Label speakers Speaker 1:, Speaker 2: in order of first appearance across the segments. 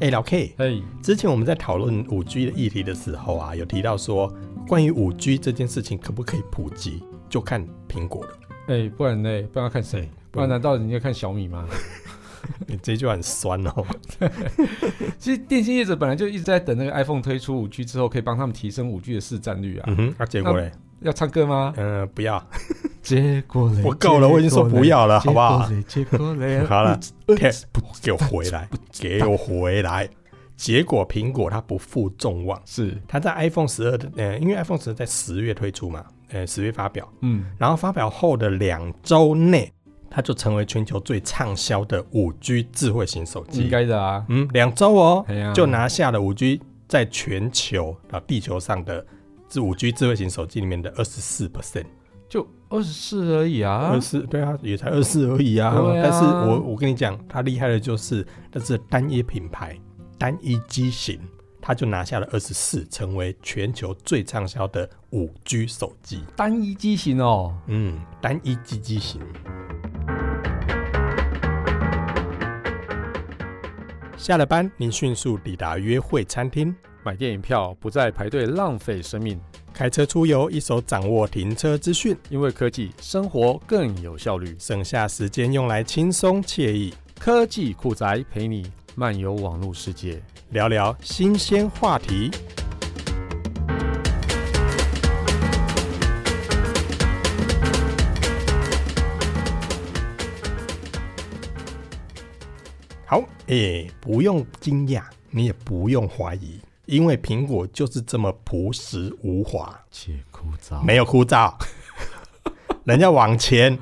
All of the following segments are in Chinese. Speaker 1: 哎、老 K，
Speaker 2: 嘿，
Speaker 1: 之前我们在讨论五 G 的议题的时候啊，有提到说关于五 G 这件事情可不可以普及，就看苹果了。
Speaker 2: 哎，不然呢？不然要看谁？不然难道你要看小米 吗？
Speaker 1: 你这句话很酸哦。
Speaker 2: 啊其实电信业者本来就一直在等那个 iPhone 推出五 G 之后，可以帮他们提升五 G 的市占率啊。
Speaker 1: 嗯哼，啊，结果嘞，
Speaker 2: 要唱歌吗？
Speaker 1: 嗯、不要，
Speaker 2: 结果嘞
Speaker 1: 我够了，我已经说不。要了，好不好？
Speaker 2: 结果 嘞
Speaker 1: 好了，给给我回来，给我回来。结果苹果它不负众望，
Speaker 2: 是，
Speaker 1: 它在 iPhone 十二的，呃，因为 iPhone 十二在十月推出嘛，呃，十月发表，
Speaker 2: 嗯，
Speaker 1: 然后发表后的两周内，它就成为全球最畅销的五 G 智慧型手
Speaker 2: 应
Speaker 1: 机。
Speaker 2: 该的啊。
Speaker 1: 嗯，两周哦，
Speaker 2: 哎呀，
Speaker 1: 就拿下了五 G 在全球啊地球上的这五 G 智慧型手机里面的二十四 percent，
Speaker 2: 就二十四而已啊
Speaker 1: 二。四对啊，也才二四而已啊。
Speaker 2: 对啊
Speaker 1: 但是我我跟你讲，它厉害的就是那是单一品牌、单一机型，它就拿下了二十四，成为全球最畅销的五 G 手机。
Speaker 2: 单一机型哦，
Speaker 1: 嗯，单一机机型。下了班，您迅速抵达约会餐厅，
Speaker 2: 买电影票不再排队浪费生命，
Speaker 1: 开车出游，一手掌握停车资讯，
Speaker 2: 因为科技生活更有效率。
Speaker 1: 省下时间用来轻松惬意，
Speaker 2: 科技酷宅陪你漫游网络世界。
Speaker 1: 聊聊新鲜话题。好，诶、不用惊讶，你也不用怀疑，因为苹果就是这么朴实无华。
Speaker 2: 且枯燥
Speaker 1: 没有枯燥，人家往前，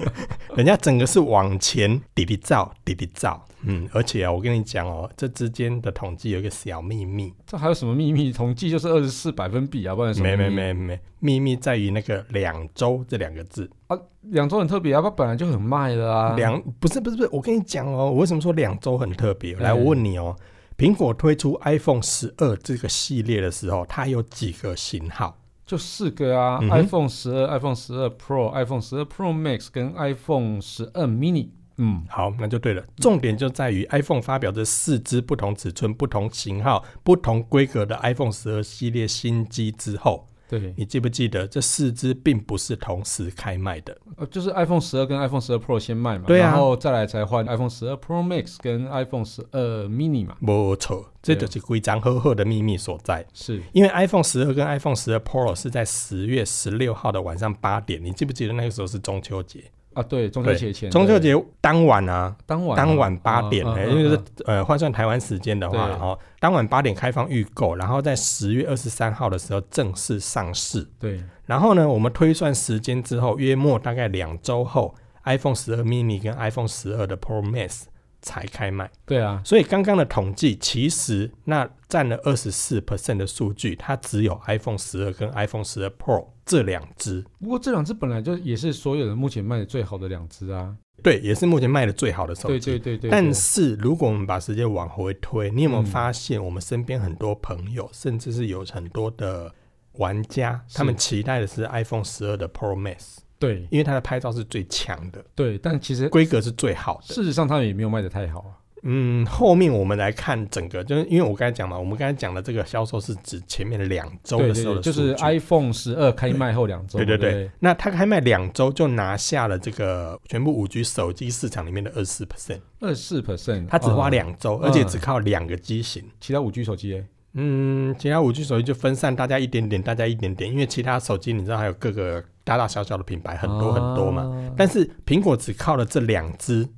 Speaker 1: 人家整个是往前滴滴照滴滴照，嗯，而且啊，我跟你讲哦，这之间的统计有一个小秘密，
Speaker 2: 这还有什么秘密？统计就是二十四百分比啊，不然有什么
Speaker 1: 没
Speaker 2: 秘密
Speaker 1: 没没没，秘密在于那个两周这两个字，
Speaker 2: 啊，两周很特别啊，它本来就很卖的啊。
Speaker 1: 两不是不是不是，我跟你讲哦，我为什么说两周很特别？来，
Speaker 2: 嗯
Speaker 1: 我问你哦，苹果推出 iPhone 十二这个系列的时候，它有几个型号？
Speaker 2: 就四个啊、
Speaker 1: 嗯哼
Speaker 2: i p h o n e 十二、iPhone 十二 Pro、iPhone 十二 Pro Max 跟 iPhone 十二 mini。嗯，
Speaker 1: 好，那就对了。重点就在于 iPhone 发表这四支不同尺寸、不同型号、不同规格的 iPhone 十二系列新机之后，
Speaker 2: 对，
Speaker 1: 你记不记得这四支并不是同时开卖的？
Speaker 2: 呃，就是 iPhone 十二跟 iPhone 十二 Pro 先卖嘛，
Speaker 1: 对啊
Speaker 2: 然后再来才换 iPhone 十二 Pro Max 跟 iPhone 十二 mini 嘛。
Speaker 1: 没错，这就是规章呵呵的秘密所在。
Speaker 2: 是，
Speaker 1: 因为 iPhone 十二跟 iPhone 十二 Pro 是在十月十六号的晚上八点，你记不记得那个时候是中秋节？
Speaker 2: 啊，对，中秋节前，
Speaker 1: 中秋
Speaker 2: 对
Speaker 1: 节当晚啊，
Speaker 2: 当晚啊，
Speaker 1: 当晚八点，
Speaker 2: 啊啊
Speaker 1: 哎
Speaker 2: 啊
Speaker 1: 因为是
Speaker 2: 啊
Speaker 1: 呃换算台湾时间的话，
Speaker 2: 对
Speaker 1: 然后当晚八点开放预购，然后在十月二十三号的时候正式上市。
Speaker 2: 对，
Speaker 1: 然后呢，我们推算时间之后，约莫大概两周后，iPhone 十二 mini 跟 iPhone 十二的 Pro Max 才开卖。
Speaker 2: 对啊，
Speaker 1: 所以刚刚的统计，其实那占了二十四 percent 的数据，它只有 iPhone 十二跟 iPhone 十二 Pro 这两只。
Speaker 2: 不过这两只本来就也是所有人目前卖的最好的两只啊。
Speaker 1: 对，也是目前卖的最好的手机。
Speaker 2: 对对对对。
Speaker 1: 但
Speaker 2: 对
Speaker 1: 是如果我们把时间往回推，你有没有
Speaker 2: 嗯
Speaker 1: 发现我们身边很多朋友，甚至是有很多的玩家，
Speaker 2: 是
Speaker 1: 他们期待的是 iPhone 十二的 Pro Max，
Speaker 2: 对
Speaker 1: 因为它的拍照是最强的，
Speaker 2: 对，但其实
Speaker 1: 规格是最好的。
Speaker 2: 事实上他们也没有卖的太好啊。
Speaker 1: 嗯，后面我们来看整个，就是因为我刚才讲嘛，我们刚才讲的这个销售是指前面的两周
Speaker 2: 对
Speaker 1: 的
Speaker 2: 对
Speaker 1: 时候
Speaker 2: 对，
Speaker 1: 的
Speaker 2: 就
Speaker 1: 数
Speaker 2: 是
Speaker 1: 据
Speaker 2: iPhone 十二开卖后两周嘛。
Speaker 1: 对对
Speaker 2: 对
Speaker 1: 对，那它开卖两周就拿下了这个全部五 G 手机市场里面的二十 percent，
Speaker 2: 二四 percent，
Speaker 1: 它只花
Speaker 2: 嗯，
Speaker 1: 两周，而且只靠两个机型。
Speaker 2: 其他五 G 手机耶
Speaker 1: 嗯，其他五 G 手机就分散大家一点点，大家一点点，因为其他手机你知道还有各个大大小小的品牌很多很多嘛。。
Speaker 2: 啊
Speaker 1: 但是苹果只靠了这两只，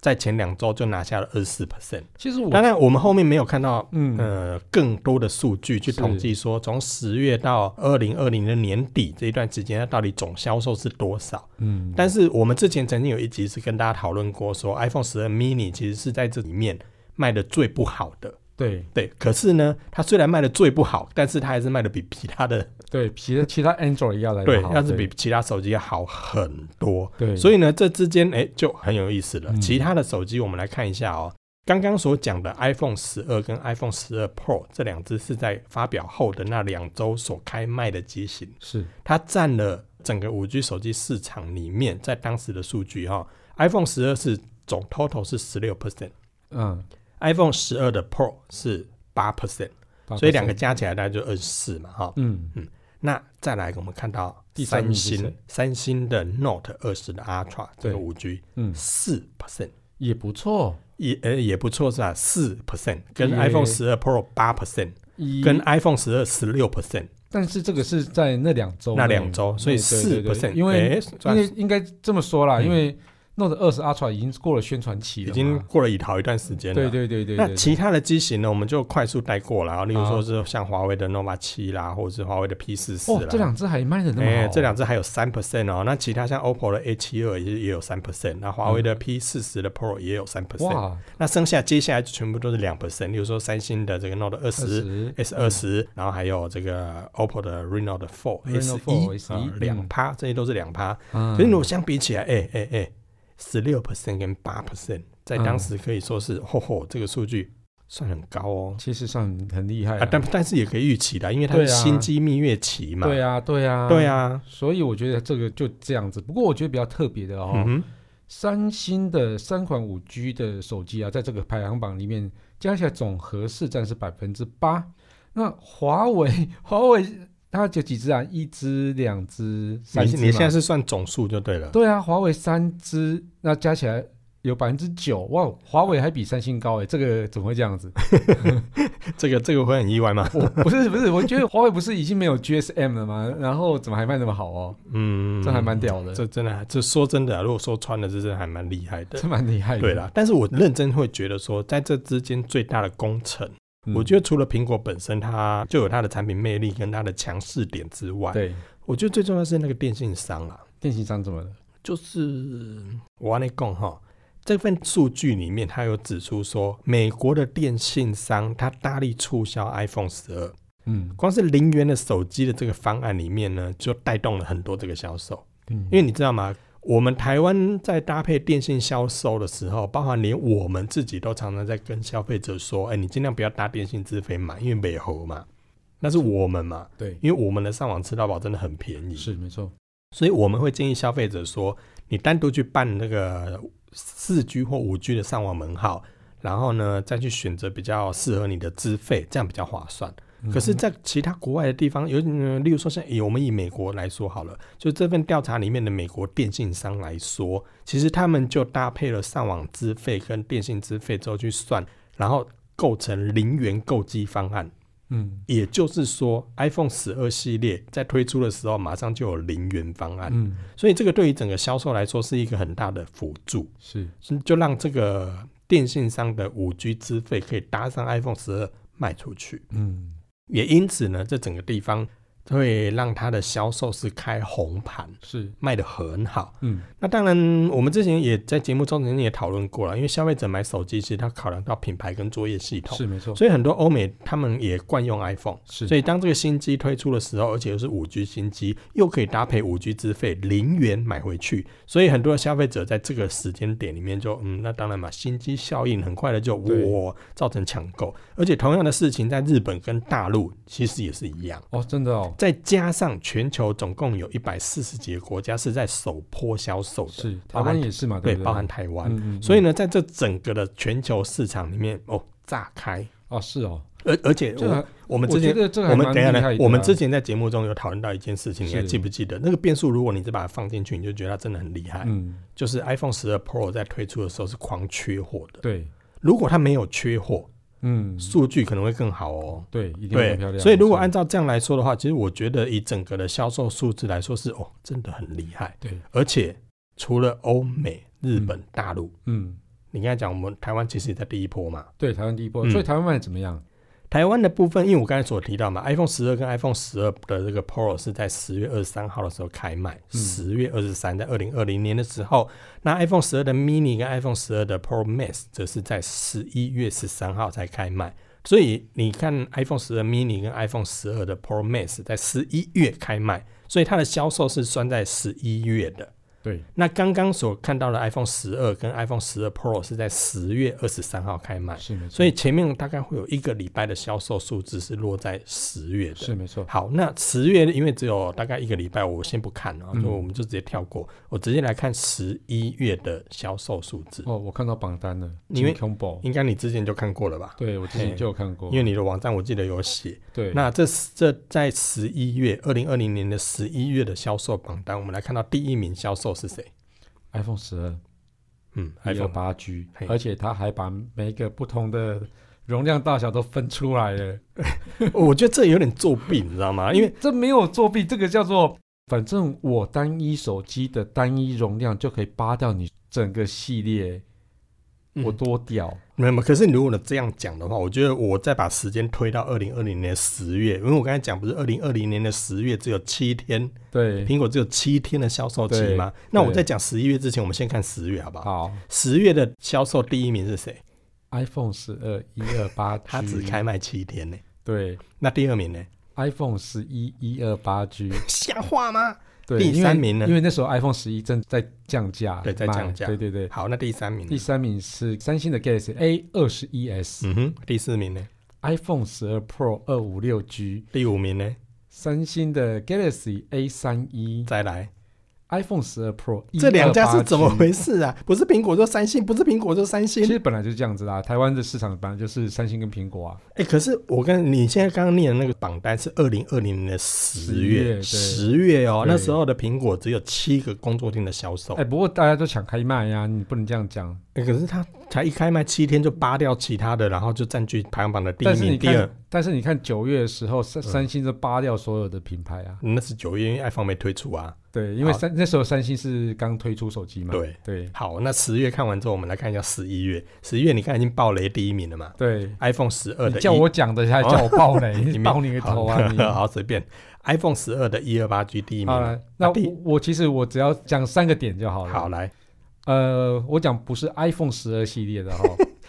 Speaker 1: 在前两周就拿下了二十四 percent。
Speaker 2: 其实我
Speaker 1: 当然，我们后面没有看到
Speaker 2: 嗯，
Speaker 1: 呃更多的数据去统计说，从十月到二零二零的年底这一段时间，它到底总销售是多少？
Speaker 2: 嗯，
Speaker 1: 但是我们之前曾经有一集是跟大家讨论过说，iPhone 十二 mini 其实是在这里面卖的最不好的。
Speaker 2: 对
Speaker 1: 对，可是呢，它虽然卖的最不好，但是它还是卖的比其他的
Speaker 2: 对，其他其他 Android 要来
Speaker 1: 对
Speaker 2: 得，好
Speaker 1: 要是比其他手机要好很多。
Speaker 2: 对，
Speaker 1: 所
Speaker 2: 以
Speaker 1: 以呢，这之间哎就很有意思了。
Speaker 2: 嗯
Speaker 1: 其他的手机我们来看一下哦，刚刚所讲的 iPhone 十二跟 iPhone 十二 Pro 这两只是在发表后的那两周所开卖的机型，
Speaker 2: 是
Speaker 1: 它占了整个五 G 手机市场里面在当时的数据哈、哦、，iPhone 十二是总 total 是十六 percent。
Speaker 2: 嗯，
Speaker 1: iPhone 十二的 Pro 是八 percent，所以两个加起来大概就二十四嘛，哈。
Speaker 2: 嗯
Speaker 1: 那再来，我们看到
Speaker 2: 第三
Speaker 1: 三
Speaker 2: 名是
Speaker 1: 星
Speaker 2: 谁
Speaker 1: 三星的 Note 二十的 Ultra 这
Speaker 2: 对
Speaker 1: 个五 G
Speaker 2: 嗯
Speaker 1: 四 percent
Speaker 2: 也不错，
Speaker 1: 也呃也不错是吧？四 percent 跟
Speaker 2: 耶
Speaker 1: iPhone 十二 Pro 八 percent
Speaker 2: 一
Speaker 1: 跟 iPhone 十二十六 percent
Speaker 2: 但是这个是在那两周
Speaker 1: 那
Speaker 2: 内
Speaker 1: 两周，所以四
Speaker 2: 哦对对对
Speaker 1: percent
Speaker 2: 因为应
Speaker 1: 算
Speaker 2: 该
Speaker 1: 是
Speaker 2: 应该这么说啦，
Speaker 1: 嗯
Speaker 2: 因为 Note 二十 Ultra 已经过了宣传期
Speaker 1: 已
Speaker 2: 了嘛，
Speaker 1: 经过了一好一段时间了。
Speaker 2: 对对对对
Speaker 1: 那
Speaker 2: 对，
Speaker 1: 其他的机型呢，我们就快速带过了啊，例如说
Speaker 2: 好
Speaker 1: 是像华为的 nova 七啦，或者是华为的 P 四四
Speaker 2: 哦
Speaker 1: 啦，，
Speaker 2: 这两只还卖的那么好
Speaker 1: 哎、
Speaker 2: 哦，
Speaker 1: 这两只还有三 percent 哦。那其他像 OPPO 的 A 七二也也有三 percent，那华为的 P 四十的 Pro 也有三 percent。
Speaker 2: 嗯哇，
Speaker 1: 那剩下接下来就全部都是两 percent，例如说三星的这个 Note 二十、
Speaker 2: 十嗯
Speaker 1: S 二十，然后还有这个 OPPO 的 Reno 的 Four S
Speaker 2: Reno
Speaker 1: 一
Speaker 2: 4S1
Speaker 1: 啊
Speaker 2: 嗯
Speaker 1: 两趴，这些都是两趴。
Speaker 2: 嗯
Speaker 1: 可是如果相比起来，哎哎哎，十六 percent 跟八 percent，在
Speaker 2: 嗯
Speaker 1: 当时可以说是，吼吼，这个数据算很高哦。
Speaker 2: 其实算很厉害
Speaker 1: 啊，但但是也可以预期的，因为它是
Speaker 2: 对啊
Speaker 1: 新机蜜月期嘛。
Speaker 2: 对啊对啊
Speaker 1: 对，啊，
Speaker 2: 所以我觉得这个就这样子。不过我觉得比较特别的哦，
Speaker 1: 嗯哼，
Speaker 2: 三星的三款五 G 的手机啊，在这个排行榜里面加起来总和是占是百分之八。那华为， 华为它就几只啊？一只、两只、三只
Speaker 1: 你你现在
Speaker 2: 嘛
Speaker 1: 是算总数就对了。
Speaker 2: 对啊，华为三只，那加起来有百分之九。哇，华为还比三星高哎，这个怎么会这样子？
Speaker 1: 这个这个会很意外吗？
Speaker 2: 我 不是不是，我觉得华为不是已经没有 GSM 了吗？然后怎么还卖那么好哦？
Speaker 1: 嗯，
Speaker 2: 这还蛮屌的，
Speaker 1: 这真的，这说真的啊，如果说穿的，这真的还蛮厉害的
Speaker 2: 这。蛮厉害的。
Speaker 1: 对啦，但是我认真会觉得说，在这之间最大的工程，
Speaker 2: 嗯，
Speaker 1: 我觉得除了苹果本身它就有它的产品魅力跟它的强势点之外，
Speaker 2: 对
Speaker 1: 我觉得最重要是那个电信商啦，
Speaker 2: 电信商怎么了？
Speaker 1: 就是我跟你讲哈，这份数据里面它有指出说，美国的电信商它大力促销 iPhone 十二，
Speaker 2: 嗯
Speaker 1: 光是零元的手机的这个方案里面呢，就带动了很多这个销售。
Speaker 2: 嗯，
Speaker 1: 因为你知道吗？我们台湾在搭配电信销售的时候，包含连我们自己都常常在跟消费者说：“哎、你尽量不要搭电信资费买，因为美猴嘛，那是我们嘛，
Speaker 2: 对
Speaker 1: 因为我们的上网吃到饱真的很便宜。”
Speaker 2: 是没错。
Speaker 1: 所以我们会建议消费者说，你单独去办那个四 G 或五 G 的上网门号，然后呢再去选择比较适合你的资费，这样比较划算。
Speaker 2: 嗯
Speaker 1: 可是，在其他国外的地方，有、嗯、例如说像以我们以美国来说好了，就这份调查里面的美国电信商来说，其实他们就搭配了上网资费跟电信资费之后去算，然后构成零元购机方案。
Speaker 2: 嗯
Speaker 1: 也就是说，iPhone 十二系列在推出的时候，马上就有零元方案，
Speaker 2: 嗯
Speaker 1: 所以这个对于整个销售来说是一个很大的辅助，
Speaker 2: 是
Speaker 1: 是就让这个电信商的五 G 资费可以搭上 iPhone 十二卖出去。
Speaker 2: 嗯
Speaker 1: 也因此呢，这整个地方会让它的销售是开红盘，
Speaker 2: 是
Speaker 1: 卖得很好。
Speaker 2: 嗯
Speaker 1: 那当然，我们之前也在节目中曾经也讨论过了，因为消费者买手机其实他考量到品牌跟作业系统，
Speaker 2: 是没错，
Speaker 1: 所以很多欧美他们也惯用 iPhone。
Speaker 2: 是
Speaker 1: 所以当这个新机推出的时候，而且又是五 G 新机，又可以搭配五 G 资费零元买回去，所以很多的消费者在这个时间点里面就嗯，那当然嘛，新机效应很快的就
Speaker 2: 对
Speaker 1: 哇造成抢购，而且同样的事情在日本跟大陆其实也是一样。
Speaker 2: 哦，真的哦，
Speaker 1: 再加上全球总共有一百四十几个国家是在首波销售的，
Speaker 2: 是台
Speaker 1: 包含
Speaker 2: 湾也是嘛，
Speaker 1: 对，
Speaker 2: 不对？
Speaker 1: 包含台湾。
Speaker 2: 嗯嗯，
Speaker 1: 所以
Speaker 2: 呢，
Speaker 1: 呢，在这整个的全球市场里面，哦，炸开，
Speaker 2: 哦是哦，
Speaker 1: 而而且
Speaker 2: 这
Speaker 1: 我
Speaker 2: 个
Speaker 1: 我们
Speaker 2: 我
Speaker 1: 之前
Speaker 2: 觉得这个
Speaker 1: 我
Speaker 2: 还
Speaker 1: 们
Speaker 2: 蛮
Speaker 1: 等一下
Speaker 2: 厉害
Speaker 1: 呢，
Speaker 2: 的
Speaker 1: 我们
Speaker 2: 啊
Speaker 1: 之前在节目中有讨论到一件事情，你还
Speaker 2: 是
Speaker 1: 记不记得那个变数？如果你再把它放进去，你就觉得它真的很厉害。
Speaker 2: 嗯
Speaker 1: 就是 iPhone 十二 Pro 在推出的时候是狂缺货的，
Speaker 2: 对
Speaker 1: 如果它没有缺货，
Speaker 2: 嗯
Speaker 1: 数据可能会更好哦。
Speaker 2: 对一定会
Speaker 1: 对
Speaker 2: 很漂，亮，
Speaker 1: 所以如果
Speaker 2: 是
Speaker 1: 按照这样来说的话，其实我觉得以整个的销售数字来说是哦，真的很厉害。
Speaker 2: 对
Speaker 1: 而且除了欧美、日
Speaker 2: 嗯
Speaker 1: 本、大陆，
Speaker 2: 嗯
Speaker 1: 你刚才讲我们台湾其实也在第一波嘛，
Speaker 2: 对台湾第一波
Speaker 1: 嗯，
Speaker 2: 所以台湾卖得怎么样？
Speaker 1: 台湾的部分，因为我刚才所提到嘛，iPhone 十二跟 iPhone 十二的这个 Pro 是在十月二十三号的时候开卖，
Speaker 2: 嗯
Speaker 1: 十、月二十三，在二零二零年的时候，那 iPhone 十二的 Mini 跟 iPhone 十二的 Pro Max 则是在十一月十三号才开卖。所以你看，iPhone 十二 mini 跟 iPhone 十二的 Pro Max 在十一月开卖，所以它的销售是算在十一月的。
Speaker 2: 对，
Speaker 1: 那刚刚所看到的 iPhone 十二跟 iPhone 十二 Pro 是在十月二十三号开卖，
Speaker 2: 是没错，
Speaker 1: 所以前面大概会有一个礼拜的销售数字是落在十月的。
Speaker 2: 是没错，
Speaker 1: 好，那十月因为只有大概一个礼拜，我先不看啊，
Speaker 2: 嗯
Speaker 1: 就我们就直接跳过，我直接来看十一月的销售数字。
Speaker 2: 哦，我看到榜单了，
Speaker 1: 因为
Speaker 2: combo，
Speaker 1: 应该你之前就看过了吧？
Speaker 2: 对我之前
Speaker 1: 嘿
Speaker 2: 就有看过，
Speaker 1: 因为你的网站我记得有写。
Speaker 2: 哦对，
Speaker 1: 那这这在十一月二零二零年的十一月的销售榜单，我们来看到第一名销售是谁？
Speaker 2: iPhone 十二
Speaker 1: 嗯
Speaker 2: 一二
Speaker 1: ，iPhone
Speaker 2: 八 G，
Speaker 1: 嘿
Speaker 2: 而且它还把每一个不同的容量大小都分出来了，
Speaker 1: 哦我觉得这有点作弊，你知道啊吗？因为
Speaker 2: 这没有作弊，这个叫做反正我单一手机的单一容量就可以扒掉你整个系列，我
Speaker 1: 我
Speaker 2: 多屌，
Speaker 1: 没有，可是如果这样讲的话，我觉得我再把时间推到二零二零年十月，因为我刚才讲不是二零二零年的十月只有七天，
Speaker 2: 对，
Speaker 1: 苹果只有七天的销售期
Speaker 2: 对
Speaker 1: 吗？那我在讲十一月之前，我们先看十月好不好？
Speaker 2: 好
Speaker 1: 十月的销售第一名是谁？
Speaker 2: ，iPhone 十二一二八 G，
Speaker 1: 它只开卖七天呢、
Speaker 2: 对
Speaker 1: 那第二名呢？
Speaker 2: iPhone 十一一二八 G，
Speaker 1: 像话吗？
Speaker 2: 对，
Speaker 1: 第
Speaker 2: 因为
Speaker 1: 三名呢
Speaker 2: 因为那时候 iPhone 十一正在降价，
Speaker 1: 对在降价
Speaker 2: 对对对。
Speaker 1: 好，那第三名呢
Speaker 2: 第？三名是三星的 Galaxy A 二十一 S、
Speaker 1: 嗯哼，第四名呢？
Speaker 2: iPhone 十二 Pro 二五六 G，
Speaker 1: 第五名呢？
Speaker 2: 三星的 Galaxy A 三一、
Speaker 1: 再来，
Speaker 2: iPhone 十二 Pro
Speaker 1: 这两家是
Speaker 2: 128G
Speaker 1: 怎么回事啊？不是苹果就三星，不是苹果就三星啊
Speaker 2: 其。实本来就是这样子啦，台湾的市场本来就是三星跟苹果啊。
Speaker 1: 哎、可是我跟你现在刚刚念的那个榜单是二零二零年的十月，
Speaker 2: 10
Speaker 1: 十月哦，
Speaker 2: 对
Speaker 1: 那时候的苹果只有七个工作天的销售、
Speaker 2: 哎、不过大家都抢开卖呀、你不能这样讲。
Speaker 1: 哎可是它才一开卖七天就扒掉其他的，然后就占据排行榜的第
Speaker 2: 但
Speaker 1: 一
Speaker 2: 是你
Speaker 1: 名、第二嗯
Speaker 2: 看，，但是你看九月的时候，三三星就扒掉所有的品牌啊。
Speaker 1: 那是九月，因为 iPhone 没推出啊。
Speaker 2: 对，因为
Speaker 1: 好
Speaker 2: 三那时候三星是刚推出手机嘛。
Speaker 1: 对，
Speaker 2: 对
Speaker 1: 好，那十月看完之后，我们来看一下十一月。十一月你刚才已经爆雷第一名了嘛
Speaker 2: 对，
Speaker 1: ？iPhone 十二
Speaker 2: 你
Speaker 1: 的
Speaker 2: 叫
Speaker 1: 一哦
Speaker 2: 我讲的还叫我爆 雷，
Speaker 1: 你
Speaker 2: 你
Speaker 1: 没
Speaker 2: 爆你个头啊你！
Speaker 1: 好，随便，iPhone 十二的一二八 G 第一名
Speaker 2: 好
Speaker 1: 嘛。
Speaker 2: 了，那
Speaker 1: 啊第
Speaker 2: 我我其实我只要讲三个点就好了。
Speaker 1: 好，来，
Speaker 2: 呃，我讲不是 iPhone 十二系列的哈，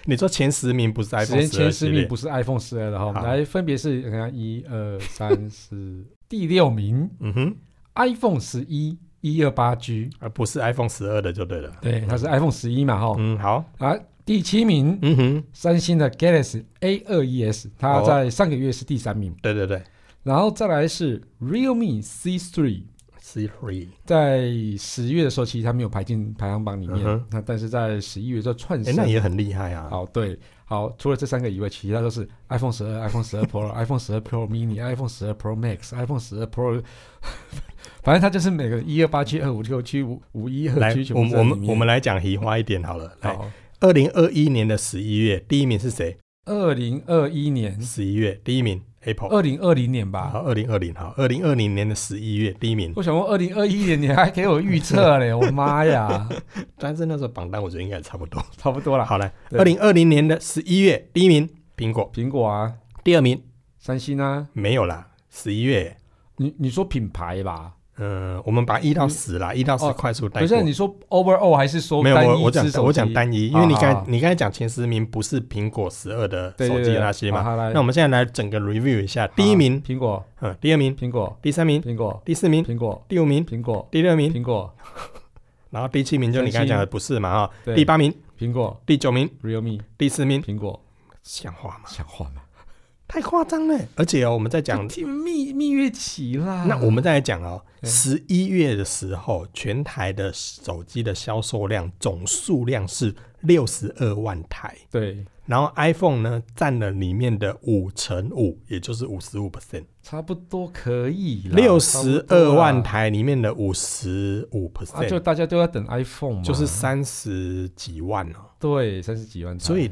Speaker 1: 你说前十名不是
Speaker 2: 首
Speaker 1: iPhone
Speaker 2: 先
Speaker 1: 十
Speaker 2: 前
Speaker 1: 二
Speaker 2: 十
Speaker 1: 系
Speaker 2: 名
Speaker 1: 列？
Speaker 2: 不是 iPhone 十二的哈，我们
Speaker 1: 好
Speaker 2: 来分别是看看一二三四，第六名
Speaker 1: 嗯哼，
Speaker 2: iPhone 十一一二八 G，
Speaker 1: 而不是 iPhone 十二的就对了。
Speaker 2: 对，它是 iPhone 十一嘛哈，
Speaker 1: 嗯，好，
Speaker 2: 啊，第七名
Speaker 1: 嗯哼，
Speaker 2: 三星的 Galaxy A 二 ES，它
Speaker 1: 哦
Speaker 2: 在上个月是第三名，
Speaker 1: 对对对
Speaker 2: 然后再来是 Realme C 3
Speaker 1: ，C three，
Speaker 2: 在十月的时候，其实它没有排进排行榜里面
Speaker 1: 嗯哼，
Speaker 2: 那、但是在十一月就窜
Speaker 1: 哎，
Speaker 2: 升
Speaker 1: 那也很厉害啊。
Speaker 2: 好，对，好，除了这三个以外，其他都是 iPhone 十二、iPhone 十二 Pro、iPhone 十二 Pro Mini、iPhone 十二 Pro Max、iPhone 十二 Pro，反正它就是每个一二八七、二五六七、五五一二
Speaker 1: 来
Speaker 2: 七，全，
Speaker 1: 我
Speaker 2: 部
Speaker 1: 们
Speaker 2: 在
Speaker 1: 我
Speaker 2: 里
Speaker 1: 们
Speaker 2: 面
Speaker 1: 我们来讲移花一点好了。来，
Speaker 2: 好，
Speaker 1: 二零二一年的十一月，第一名是谁？
Speaker 2: 二零二一年、
Speaker 1: 十一月第一名 Apple。
Speaker 2: 二零二零年吧。
Speaker 1: 哦好，二零二零好，二零二零年的十一月第一名，
Speaker 2: 我想问，二零二一年你还给我预 测嘞？我妈呀，
Speaker 1: 但是那时候榜单我觉得应该也差不多。
Speaker 2: 差不多了。
Speaker 1: 好来，
Speaker 2: 对
Speaker 1: 二零二零年的十一月第一名苹果，
Speaker 2: 苹果啊，
Speaker 1: 第二名
Speaker 2: 三星啊，
Speaker 1: 没有啦，十一月，
Speaker 2: 你你说品牌吧？
Speaker 1: 嗯、我们把一到十啦，一到十
Speaker 2: 哦
Speaker 1: 快速带
Speaker 2: 不
Speaker 1: 过。
Speaker 2: 是你说 overall 还是说
Speaker 1: 没有，
Speaker 2: 单
Speaker 1: 我
Speaker 2: 一
Speaker 1: 我讲
Speaker 2: 只手
Speaker 1: 我讲
Speaker 2: 机
Speaker 1: 单一，因为你
Speaker 2: 好
Speaker 1: 刚
Speaker 2: 好
Speaker 1: 你刚才讲前十名不是苹果十二的
Speaker 2: 对
Speaker 1: 手
Speaker 2: 对
Speaker 1: 机
Speaker 2: 对啊
Speaker 1: 的那些嘛？
Speaker 2: 好来
Speaker 1: 那我们现在来整个 review 一下，第一
Speaker 2: 好
Speaker 1: 名，
Speaker 2: 苹果，
Speaker 1: 嗯，第二名，
Speaker 2: 苹果，
Speaker 1: 第三名，
Speaker 2: 苹果，
Speaker 1: 第四名，
Speaker 2: 苹果，
Speaker 1: 第五名，
Speaker 2: 苹果，
Speaker 1: 第六名，
Speaker 2: 苹果，
Speaker 1: 然后第七名就你刚才讲的不是嘛？哈，
Speaker 2: 对
Speaker 1: 第八名，
Speaker 2: 苹果
Speaker 1: 第九名，
Speaker 2: ，realme，
Speaker 1: 第四名，
Speaker 2: 苹果，
Speaker 1: 像话吗？
Speaker 2: 想换吗？
Speaker 1: 太夸张了！而且哦，我们在讲，
Speaker 2: 听蜜蜜月期啦。
Speaker 1: 那我们再来讲哦，
Speaker 2: 对
Speaker 1: 十一月的时候，全台的手机的销售量总数量是六十二万台。
Speaker 2: 对，
Speaker 1: 然后 iPhone 呢占了里面的五乘五，也就是五十五 percent，
Speaker 2: 差不多可以啦。
Speaker 1: 六十
Speaker 2: 差不
Speaker 1: 二
Speaker 2: 多啦
Speaker 1: 万，台里面的五十五
Speaker 2: 啊，嗯就
Speaker 1: percent，
Speaker 2: 大家都要等 iPhone 嘛，
Speaker 1: 就是三十几万哦。
Speaker 2: 对三十几万台，
Speaker 1: 所以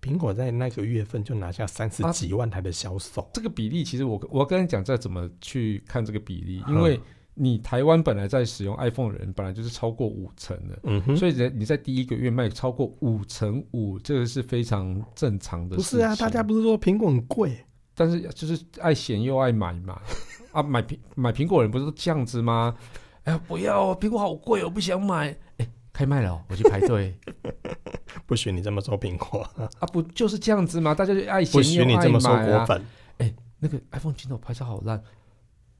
Speaker 1: 苹果在那个月份就拿下三十
Speaker 2: 啊
Speaker 1: 几万台的销售，
Speaker 2: 这个比例其实我我跟你讲，这怎么去看这个比例，
Speaker 1: 嗯
Speaker 2: 因为你台湾本来在使用 iPhone 的人本来就是超过五成的。
Speaker 1: 嗯哼，
Speaker 2: 所以人你在第一个月卖超过五成五，这个是非常正常的
Speaker 1: 不
Speaker 2: 事情。
Speaker 1: 是啊，大家不是说苹果很贵，
Speaker 2: 但是就是爱嫌又爱买嘛， 啊，买苹买苹果人不是都这样子吗？哎呀，不要哦，苹果好贵哦，我不想买。哎，开卖了哦、我去排队
Speaker 1: 不许你这么说苹果，
Speaker 2: 啊，不就是这样子吗？大家就爱啊
Speaker 1: 不
Speaker 2: 嫌
Speaker 1: 许
Speaker 2: 又
Speaker 1: 你
Speaker 2: 爱
Speaker 1: 这么说
Speaker 2: 买
Speaker 1: 果
Speaker 2: 啊。
Speaker 1: 粉，
Speaker 2: 那个 iPhone 镜头拍照好烂，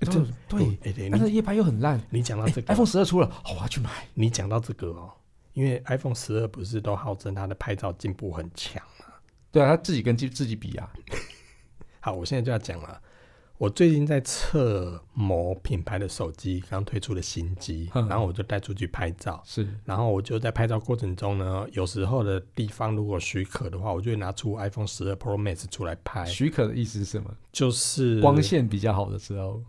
Speaker 1: 这
Speaker 2: 对啊对，
Speaker 1: 哎、对
Speaker 2: 但
Speaker 1: 你
Speaker 2: 是夜拍又很烂。
Speaker 1: 你讲到
Speaker 2: 哎
Speaker 1: 啊这个、
Speaker 2: ，iPhone 十二出了，哦我要去买。
Speaker 1: 你讲到这个哦，因为 iPhone 十二不是都号称它的拍照进步很强。
Speaker 2: 对啊，他自己跟自自己比啊。
Speaker 1: 好，我现在就要讲了。我最近在测某品牌的手机刚推出的新机，
Speaker 2: 嗯
Speaker 1: 然后我就带出去拍照，
Speaker 2: 是，
Speaker 1: 然后我就在拍照过程中呢，有时候的地方如果许可的话，我就会拿出 iPhone 十二 Pro Max 出来拍，
Speaker 2: 许可的意思是什么？
Speaker 1: 就是
Speaker 2: 光线比较好的时候，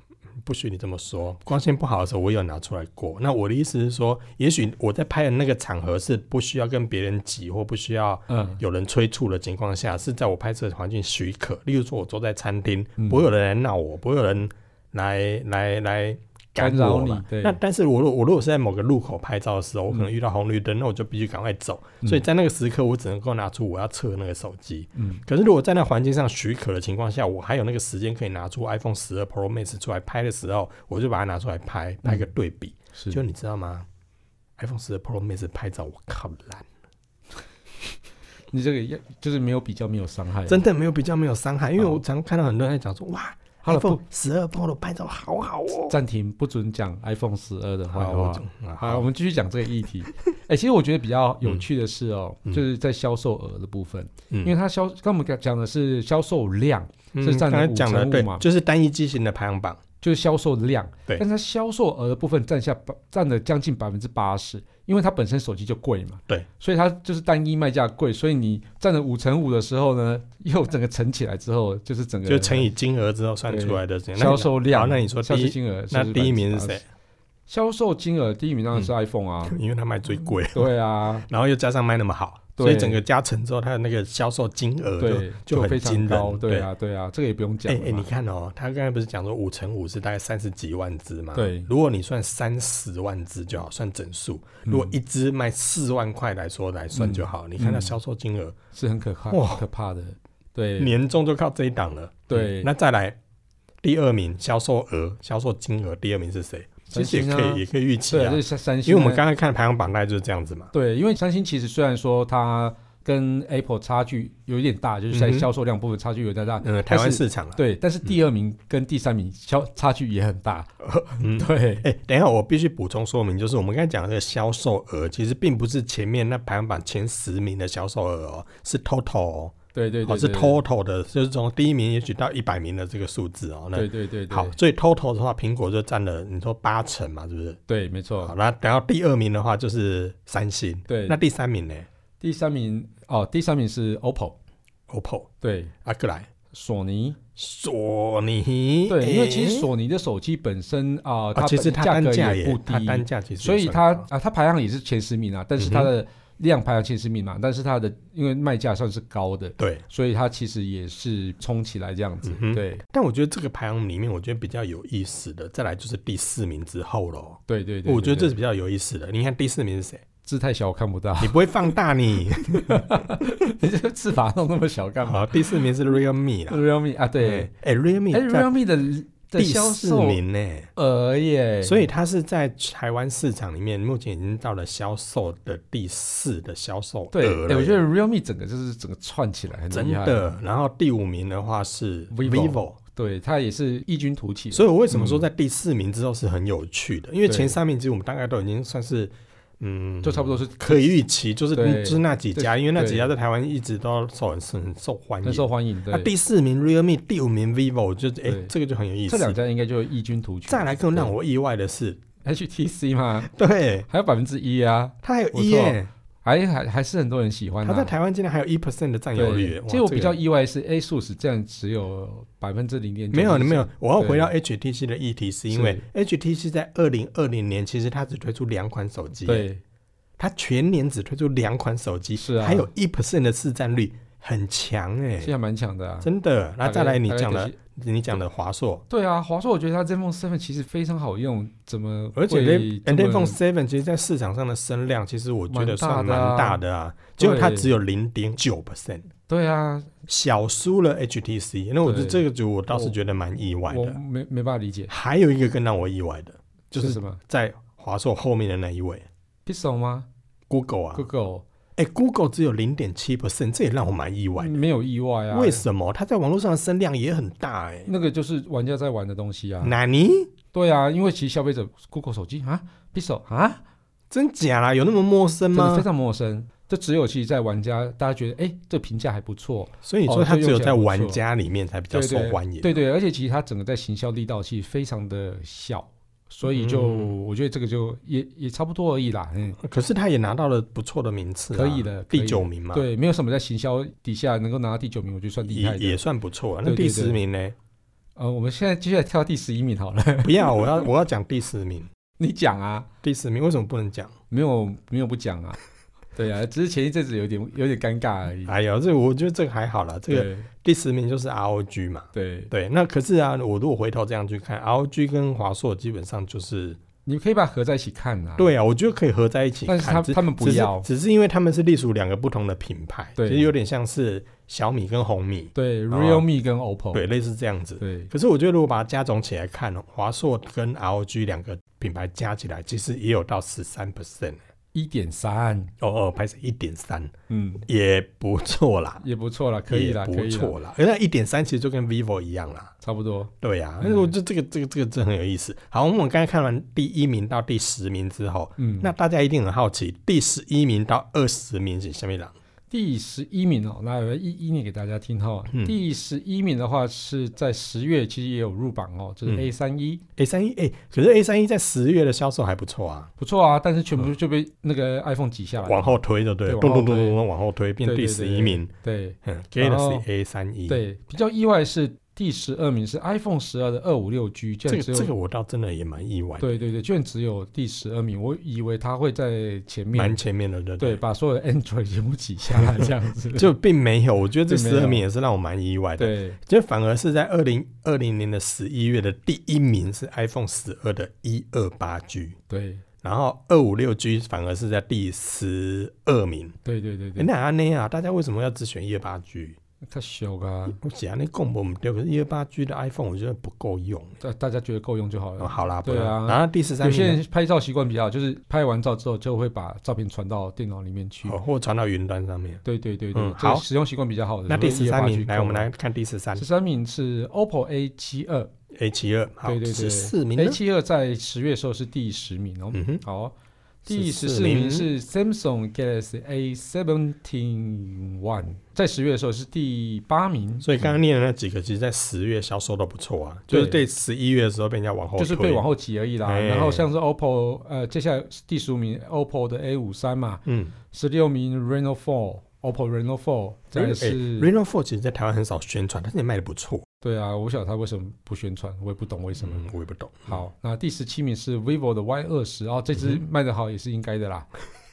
Speaker 1: 不许你这么说，光线不好的时候我也有拿出来过。那我的意思是说，也许我在拍的那个场合是不需要跟别人挤或不需要
Speaker 2: 嗯，
Speaker 1: 有人催促的情况下，是在我拍摄环境许可。例如说，我坐在餐厅，
Speaker 2: 嗯
Speaker 1: 不会有人来闹我，不会有人来来来
Speaker 2: 干
Speaker 1: 干
Speaker 2: 扰
Speaker 1: 我
Speaker 2: 你
Speaker 1: 嘛。
Speaker 2: 对
Speaker 1: 那但是我如我如果是在某个路口拍照的时候，我可能
Speaker 2: 嗯
Speaker 1: 遇到红绿灯，那我就必须赶快走。
Speaker 2: 嗯
Speaker 1: 所以在那个时刻，我只能够拿出我要测那个手机。
Speaker 2: 嗯，
Speaker 1: 可是如果在那环境上许可的情况下，我还有那个时间可以拿出 iPhone 十二 Pro Max 出来拍的时候，我就把它拿出来拍，拍个对比。
Speaker 2: 嗯是
Speaker 1: 就你知道吗？iPhone 十二 Pro Max 拍照我靠烂，
Speaker 2: 你这个要就是没有比较，没有伤害。啊
Speaker 1: 真的没有比较没有伤害，因为
Speaker 2: 好
Speaker 1: 我常看到很多人在讲说，哇
Speaker 2: 好了，
Speaker 1: 哦，iPhone
Speaker 2: 不
Speaker 1: 十二 Pro 的拍照好好哦。
Speaker 2: 暂停，不准讲 iPhone 十二的坏
Speaker 1: 我
Speaker 2: 话。
Speaker 1: 就啊
Speaker 2: 好，我
Speaker 1: 好，
Speaker 2: 们继续讲这个议题。哎、其实我觉得比较有趣的是哦，
Speaker 1: 嗯
Speaker 2: 就是在销售额的部分，
Speaker 1: 因
Speaker 2: 因为它销刚我们讲的是销售量，是占
Speaker 1: 嗯
Speaker 2: 了
Speaker 1: 刚才讲的
Speaker 2: 5%
Speaker 1: 对
Speaker 2: 嘛，
Speaker 1: 就是单一机型的排行榜，
Speaker 2: 就是销售量，
Speaker 1: 对
Speaker 2: 但是它销售额的部分占下百占了将近百分之八十，因为它本身手机就贵嘛，
Speaker 1: 对，
Speaker 2: 所以它就是单一卖价贵，所以你占了五成五的时候呢，又整个乘起来之后，就是整个
Speaker 1: 就乘以金额之后算出来的。那你
Speaker 2: 销售量。
Speaker 1: 好那你说
Speaker 2: 销
Speaker 1: 第
Speaker 2: 售
Speaker 1: 一，
Speaker 2: 金额
Speaker 1: 那第一名是谁？？嗯
Speaker 2: 销售金额第一名当然是 iPhone 啊，
Speaker 1: 因为他卖最贵，
Speaker 2: 对啊，
Speaker 1: 然后又加上卖那么好，
Speaker 2: 对
Speaker 1: 所以整个加成之后，它的那个销售金额就
Speaker 2: 对，
Speaker 1: 就很
Speaker 2: 非
Speaker 1: 惊人
Speaker 2: 常高，对啊，对啊，这个也不用讲
Speaker 1: 哎
Speaker 2: 了
Speaker 1: 哎、你
Speaker 2: 嘛，
Speaker 1: 看哦，他刚才不是讲说五乘五是大概三十几万只吗？
Speaker 2: 对
Speaker 1: 如果你算三十万只就好，算整数。
Speaker 2: 嗯
Speaker 1: 如果一只卖四万块来说来算就好，你看它
Speaker 2: 嗯
Speaker 1: 销售金额，
Speaker 2: 是很可怕、
Speaker 1: 哇
Speaker 2: 很可怕的，对，
Speaker 1: 年终就靠这一档了。
Speaker 2: 嗯对
Speaker 1: 嗯那再来第二名销售额、销售金额，第二名是谁？其
Speaker 2: 三
Speaker 1: 实也
Speaker 2: 星啊
Speaker 1: 可以，也可以预期
Speaker 2: 对啊，
Speaker 1: 啊
Speaker 2: 这，是三星
Speaker 1: 因为
Speaker 2: 呢，
Speaker 1: 我们刚刚看排行榜大概就是这样子嘛。
Speaker 2: 对，因为三星其实虽然说它跟 Apple 差距有一点大，就是在
Speaker 1: 嗯哼
Speaker 2: 销售量部分差距有点大，
Speaker 1: 嗯，台湾
Speaker 2: 但是
Speaker 1: 市场啊，
Speaker 2: 对，但是第二名跟第三名销差距也很大，
Speaker 1: 嗯，
Speaker 2: 对，
Speaker 1: 哎、等一下，我必须补充说明，就是我们刚才讲的这个销售额，其实并不是前面那排行榜前十名的销售额哦，是 total 哦，
Speaker 2: 对对对，
Speaker 1: 哦是
Speaker 2: 对
Speaker 1: total 的，就是从第一名也许到一百名的这个数字哦。那
Speaker 2: 对对对，对
Speaker 1: 好，，所以 total 的话，苹果就占了你说八成嘛，是不是？
Speaker 2: 对，没错
Speaker 1: 好，，那等到第二名的话就是三星，
Speaker 2: 哦对
Speaker 1: 那，第三名呢
Speaker 2: 第三名哦，第三名是 OPPO，
Speaker 1: ？OPPO、
Speaker 2: 对，
Speaker 1: 阿克莱、
Speaker 2: 索尼，
Speaker 1: 索尼。
Speaker 2: 对，因为
Speaker 1: 哎
Speaker 2: 其实、索尼的手机本身啊、
Speaker 1: 啊
Speaker 2: 它
Speaker 1: 其实
Speaker 2: 本
Speaker 1: 它
Speaker 2: 价
Speaker 1: 单
Speaker 2: 格
Speaker 1: 价
Speaker 2: 也不低
Speaker 1: 它，单价其实也
Speaker 2: 所以
Speaker 1: 算
Speaker 2: 它
Speaker 1: 高
Speaker 2: 啊，它排行也是前十名啊，但是它
Speaker 1: 嗯哼
Speaker 2: 的量排行前十名嘛，但是它的因为卖价算是高的，
Speaker 1: 对。
Speaker 2: 所以它其实也是冲起来这样子
Speaker 1: 嗯，哼
Speaker 2: 对
Speaker 1: 但我觉得这个排行里面，我觉得比较有意思的，再来就是第四名之后喽。
Speaker 2: 对对对，
Speaker 1: 我觉得
Speaker 2: 对
Speaker 1: 这是比较有意思的。你看第四名是谁？
Speaker 2: 字太小，我看不到。
Speaker 1: 你不会放大你。
Speaker 2: 你这个字法弄那么小干嘛
Speaker 1: 好，第四名是 Realme 啦。
Speaker 2: ？Realme 啊，对，
Speaker 1: 哎，Realme
Speaker 2: 哎
Speaker 1: 在
Speaker 2: ，Realme 的的
Speaker 1: 第
Speaker 2: 销
Speaker 1: 四
Speaker 2: 售
Speaker 1: 名呢，
Speaker 2: 额耶，
Speaker 1: 所以它是在台湾市场里面目前已经到了销售的第四的销售
Speaker 2: 对，
Speaker 1: 额
Speaker 2: 哎
Speaker 1: 了。
Speaker 2: 我觉得 Realme 整个就是整个串起来很
Speaker 1: 真
Speaker 2: 厉害，
Speaker 1: 的。然后第五名的话是
Speaker 2: Vivo
Speaker 1: vivo
Speaker 2: 对，它也是异军突起，
Speaker 1: 所以我为什么说在第四名之后是很有趣的？因为
Speaker 2: 对
Speaker 1: 前三名其实我们大概都已经算是，嗯，
Speaker 2: 就差不多是
Speaker 1: 可以预期，就是
Speaker 2: 对
Speaker 1: 就是那几家，因为那
Speaker 2: 对
Speaker 1: 几家在台湾一直都受很很受欢迎
Speaker 2: 很。受欢迎。
Speaker 1: 那、
Speaker 2: 对，
Speaker 1: 啊第四名 Realme，第五名 vivo，就哎、
Speaker 2: 对
Speaker 1: 这个就很有意
Speaker 2: 这
Speaker 1: 思。
Speaker 2: 两家应该就异军突起。
Speaker 1: 再来更让我意外的是，
Speaker 2: 对 HTC 嘛，
Speaker 1: 对，
Speaker 2: 还有百分之一啊，
Speaker 1: 它还有 E
Speaker 2: 不
Speaker 1: 一
Speaker 2: 错
Speaker 1: 耶，
Speaker 2: 还还还是很多人喜欢
Speaker 1: 它
Speaker 2: 啊。
Speaker 1: 在台湾竟然还有一 percent 的占有率耶。
Speaker 2: 对
Speaker 1: 哇
Speaker 2: 其实我
Speaker 1: 这
Speaker 2: 比
Speaker 1: 个
Speaker 2: 较意外的是 ASUS 这样只有百分之零点九，
Speaker 1: 没有没有，我要
Speaker 2: 对
Speaker 1: 回到 HTC 的议题，是因为 HTC 在二零二零年其实它只推出两款手机，，
Speaker 2: 对，
Speaker 1: 它全年只推出两款手机，
Speaker 2: 是啊
Speaker 1: 还有一 percent 的市占率，很强哎
Speaker 2: 现，在蛮强的啊。
Speaker 1: 真的。那再来你
Speaker 2: 大概
Speaker 1: 讲
Speaker 2: 大概
Speaker 1: 的，你讲的华硕，
Speaker 2: 对啊，华硕我觉得它 ZenFone 7其实非常好用，怎么
Speaker 1: 而且
Speaker 2: 会
Speaker 1: Zen-
Speaker 2: 这
Speaker 1: ZenFone
Speaker 2: 么
Speaker 1: Seven 其实在市场上的声量，其实我觉得算蛮
Speaker 2: 蛮大的啊
Speaker 1: 大的啊，结果它
Speaker 2: 对
Speaker 1: 只有零点九 percent。
Speaker 2: 对啊，小
Speaker 1: 小输了 HTC，那我觉得
Speaker 2: 对
Speaker 1: 这个组我倒是觉得蛮意外
Speaker 2: 我
Speaker 1: 的。
Speaker 2: 没没办法理解，
Speaker 1: 还有一个更让我意外的，就是是
Speaker 2: 什么
Speaker 1: 在华硕后面的那一位
Speaker 2: Pixel 吗
Speaker 1: Google 啊，
Speaker 2: ？Google
Speaker 1: 哎、g o o g l e 只有零点七 percent，这也让我蛮意外的。
Speaker 2: 没有意外啊。
Speaker 1: 为什么它在网络上的声量也很大、欸？
Speaker 2: 那个就是玩家在玩的东西啊
Speaker 1: 哎，。纳尼？
Speaker 2: 对啊，因为其实消费者 Google 手机啊，Pixel 啊，
Speaker 1: 真假啦？有那么陌生
Speaker 2: 真的非
Speaker 1: 吗？
Speaker 2: 常陌生。这只有其实，在玩家大家觉得，哎，这评价还不错，
Speaker 1: 所以你说
Speaker 2: 哦
Speaker 1: 它
Speaker 2: 这
Speaker 1: 只有
Speaker 2: 用起来
Speaker 1: 在
Speaker 2: 不
Speaker 1: 玩
Speaker 2: 错
Speaker 1: 家里面才比较
Speaker 2: 对
Speaker 1: 受
Speaker 2: 对
Speaker 1: 欢迎。
Speaker 2: 对对，而且其实它整个在行销力道其实非常的小，所以就、
Speaker 1: 嗯
Speaker 2: 我觉得这个就也也差不多而已啦，嗯，
Speaker 1: 可是他也拿到了不错的名次、啊，
Speaker 2: 可以的可
Speaker 1: 第
Speaker 2: 以的
Speaker 1: 九名嘛，，
Speaker 2: 对，没有什么在行销底下能够拿到第九名，我觉得算厉害
Speaker 1: 也
Speaker 2: 的
Speaker 1: 也。算不错、啊。那
Speaker 2: 对对
Speaker 1: 第十名 呢？
Speaker 2: 呃，我们现在接下来跳到第十一名好了，
Speaker 1: 不要，我要我要讲第十名，
Speaker 2: 你讲啊，
Speaker 1: 第十名为什么不能讲？
Speaker 2: 没有没有不讲啊，对啊，只是前一阵子有点有点尴尬而已。
Speaker 1: 哎呦，这我觉得这个还好啦，这个
Speaker 2: 对
Speaker 1: 第十名就是 ROG 嘛。
Speaker 2: 对，
Speaker 1: 对，那可是啊，我如果回头这样去看，ROG 跟华硕基本上就是，
Speaker 2: 你可以把它合在一起看啊。，
Speaker 1: 对啊，我觉得可以合在一起看。
Speaker 2: 但是他
Speaker 1: 只
Speaker 2: 他们不
Speaker 1: 只是
Speaker 2: 要。
Speaker 1: 只是因为他们是隶属两个不同的品牌，其
Speaker 2: 对
Speaker 1: 实有点像是小米跟红米，
Speaker 2: 对
Speaker 1: 后
Speaker 2: ，realme 跟 OPPO。
Speaker 1: 哦对，类似这样子。
Speaker 2: 对
Speaker 1: 可是我觉得，如果把它加总起来看，哦华硕跟 ROG 两个品牌加起来，其实也有到十三 percent，
Speaker 2: 一点三，
Speaker 1: 哦哦，拍成一点三，
Speaker 2: 嗯，
Speaker 1: 也不错啦，
Speaker 2: 也不错啦，可以啦，
Speaker 1: 也
Speaker 2: 可
Speaker 1: 不
Speaker 2: 以啦，
Speaker 1: 错啦。那一点三其实就跟 vivo 一样啦，
Speaker 2: 差不多。
Speaker 1: 对呀、啊。
Speaker 2: 嗯
Speaker 1: 但是我觉得这个这个这个真的很有意思。好，我们刚才看完第一名到第十名之后，
Speaker 2: 嗯，
Speaker 1: 那大家一定很好奇，第十一名到二十名是什么人？
Speaker 2: 第十一名哦，那我一一念给大家听哈、哦。
Speaker 1: 嗯
Speaker 2: 第十一名的话是在十月，其实也有入榜哦，就是
Speaker 1: 嗯
Speaker 2: A 三一、
Speaker 1: A 三一哎，可是 A 三一在十月的销售还不错啊，
Speaker 2: 不错啊，但是全部就被那个 iPhone 挤下来。
Speaker 1: 往后推就对了，
Speaker 2: 对
Speaker 1: 咚
Speaker 2: 往
Speaker 1: 咚
Speaker 2: 后
Speaker 1: 咚
Speaker 2: 推
Speaker 1: 咚咚往后推，变
Speaker 2: 对
Speaker 1: 第
Speaker 2: 对
Speaker 1: 十
Speaker 2: 对
Speaker 1: 一
Speaker 2: 对
Speaker 1: 名。
Speaker 2: 对
Speaker 1: 嗯，Galaxy
Speaker 2: 后
Speaker 1: A 三一，
Speaker 2: 对，比较意外是第十二名是 iPhone 十二的二五六 G，居
Speaker 1: 这
Speaker 2: 然
Speaker 1: 个
Speaker 2: 只有、
Speaker 1: 这个我倒真的也蛮意外的，
Speaker 2: 对对对，居然只有第十二名，我以为它会在前
Speaker 1: 蛮
Speaker 2: 面，
Speaker 1: 前面的，对不
Speaker 2: 对，把所有的 Android 全部挤 下来这样子。
Speaker 1: 就并没有，我觉得这
Speaker 2: 并没
Speaker 1: 十
Speaker 2: 有
Speaker 1: 二名也是让我蛮意外的，
Speaker 2: 对
Speaker 1: 就反而是在二零二零年的十一月的第一名是 iPhone 十二的一二八 G，
Speaker 2: 对
Speaker 1: 然后二五六 G 反而是在第十二名。
Speaker 2: 对对对
Speaker 1: 诶
Speaker 2: 对，
Speaker 1: 那阿内啊，大家为什么要只选一二八 G？
Speaker 2: 太小啊，
Speaker 1: 我写阿内共不我们丢，可是一二八 G 的 iPhone 我觉得不够用。
Speaker 2: 大大家觉得够用就好了。
Speaker 1: 哦好啦，不
Speaker 2: 对
Speaker 1: 然
Speaker 2: 啊
Speaker 1: 然后第十三
Speaker 2: 有
Speaker 1: 名
Speaker 2: 些
Speaker 1: 呢
Speaker 2: 人拍照习惯比较好，就是拍完照之后就会把照片传到电脑里面去。
Speaker 1: 哦或传到云端上面。
Speaker 2: 对对对对，
Speaker 1: 嗯
Speaker 2: 这个
Speaker 1: 好
Speaker 2: 使用习惯比较好的。
Speaker 1: 那第
Speaker 2: 就
Speaker 1: 十
Speaker 2: 会
Speaker 1: 三
Speaker 2: 嗯一
Speaker 1: 名，
Speaker 2: 二八去
Speaker 1: 来我们
Speaker 2: 购买
Speaker 1: 来。看第十三
Speaker 2: 十三名是 OPPO A 七二
Speaker 1: A 七二，好，
Speaker 2: 对对对
Speaker 1: 十四名呢
Speaker 2: ，A 七二在十月的时候是第十名哦。
Speaker 1: 嗯哼，
Speaker 2: 好，第十
Speaker 1: 14
Speaker 2: 四名
Speaker 1: 名
Speaker 2: 是 Samsung Galaxy A Seventeen One，在十月的时候是第八名，
Speaker 1: 所以刚刚念的那几个，其实在十月销售都不错啊，就是对
Speaker 2: 对
Speaker 1: 十一月的时候被人家往后
Speaker 2: 嗯就是被往
Speaker 1: 后，
Speaker 2: 后挤而已啦。
Speaker 1: 哎
Speaker 2: 然后像是 OPPO，呃，接下来是第十五名 OPPO 的 A 五三嘛，
Speaker 1: 嗯，
Speaker 2: 十六名 Reno Four，OPPO Reno Four，再来是、
Speaker 1: Reno Four 其实在台湾很少宣传，但是也卖的不错，
Speaker 2: 对啊，我不晓得他为什么不宣传，我也不懂为什么。
Speaker 1: 嗯，我也不懂。
Speaker 2: 好，那第十七名是 vivo 的 Y 二十，哦，这只
Speaker 1: 嗯
Speaker 2: 卖得好也是应该的 啦。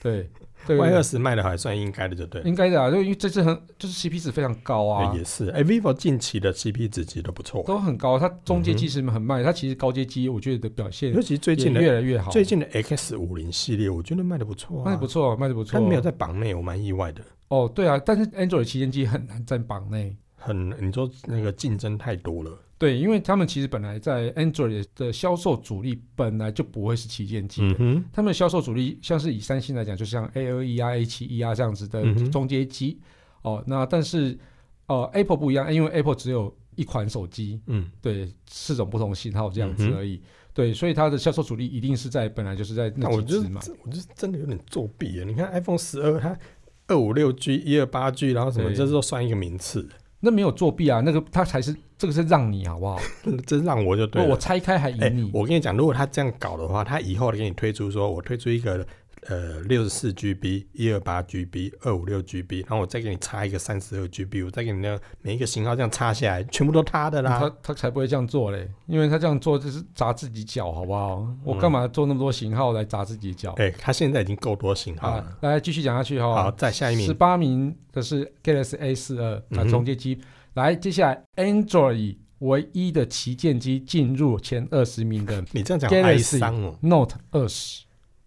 Speaker 2: 对，对
Speaker 1: ，Y 二十卖的还算应该的，就对了。
Speaker 2: 应该的啊，就因为这只很就是 CP 值非常高啊
Speaker 1: 哎，也是，哎，vivo 近期的 CP 值其实都不错，
Speaker 2: 都很高。它中阶
Speaker 1: 嗯
Speaker 2: 机是很慢，它其实高阶机我觉得的表现
Speaker 1: 尤其最
Speaker 2: 也
Speaker 1: 近的
Speaker 2: 越来越好，
Speaker 1: 最近的 X 五零系列，我觉得卖的不错啊，
Speaker 2: 卖得不错，卖得不错。
Speaker 1: 但没有在榜内，我蛮意外的。
Speaker 2: 哦，对啊，但是 Android 旗舰机很难在榜内。
Speaker 1: 很，你说那个竞争太多了，
Speaker 2: 对，因为他们其实本来在 Android 的销售主力本来就不会是旗舰机
Speaker 1: 嗯
Speaker 2: 的
Speaker 1: 哼，
Speaker 2: 他们的销售主力像是以三星来讲，就像 A 二 E 啊、A 七 E 啊这样子的
Speaker 1: 嗯哼
Speaker 2: 中阶机、哦。那但是呃，Apple 不一样，因为 Apple 只有一款手机，
Speaker 1: 嗯，
Speaker 2: 对，四种不同型号这样
Speaker 1: 嗯
Speaker 2: 子
Speaker 1: 哼
Speaker 2: 而已。对，所以它的销售主力一定是在本来就是在那
Speaker 1: 那我
Speaker 2: 几
Speaker 1: 就
Speaker 2: 只
Speaker 1: 是
Speaker 2: 嘛。
Speaker 1: 我就是真的有点作弊啊耶。你看 iPhone 十二，它二五六 G、一二八 G，然后什么，
Speaker 2: 对
Speaker 1: 这都算一个名次，
Speaker 2: 那没有作弊啊，那个它才是这个是让你好不好？
Speaker 1: 这让我就对
Speaker 2: 我
Speaker 1: 了。
Speaker 2: 拆开还赢
Speaker 1: 哎、
Speaker 2: 你，
Speaker 1: 我跟你讲，如果他这样搞的话，他以后给你推出说，我推出一个呃六十四 GB、一二八 GB、二五六 GB，然后我再给你插一个三十二 GB，我再给你那个每一个型号这样插下来，全部都他的啦。
Speaker 2: 嗯他他才不会这样做嘞，因为他这样做就是砸自己脚，好不好？我干嘛做那么多型号来砸自己脚？
Speaker 1: 嗯哎、他现在已经够多型号了。
Speaker 2: 啊，来继续讲下去哈、
Speaker 1: 好，再下一
Speaker 2: 十
Speaker 1: 名，
Speaker 2: 八名的是 Galaxy A 四二
Speaker 1: 嗯
Speaker 2: 啊
Speaker 1: 哼
Speaker 2: 中阶机。来，接下来 Android 唯一的旗舰机进入前二十名的
Speaker 1: 你这样讲
Speaker 2: Galaxy
Speaker 1: 哀伤哦，
Speaker 2: Note 二十，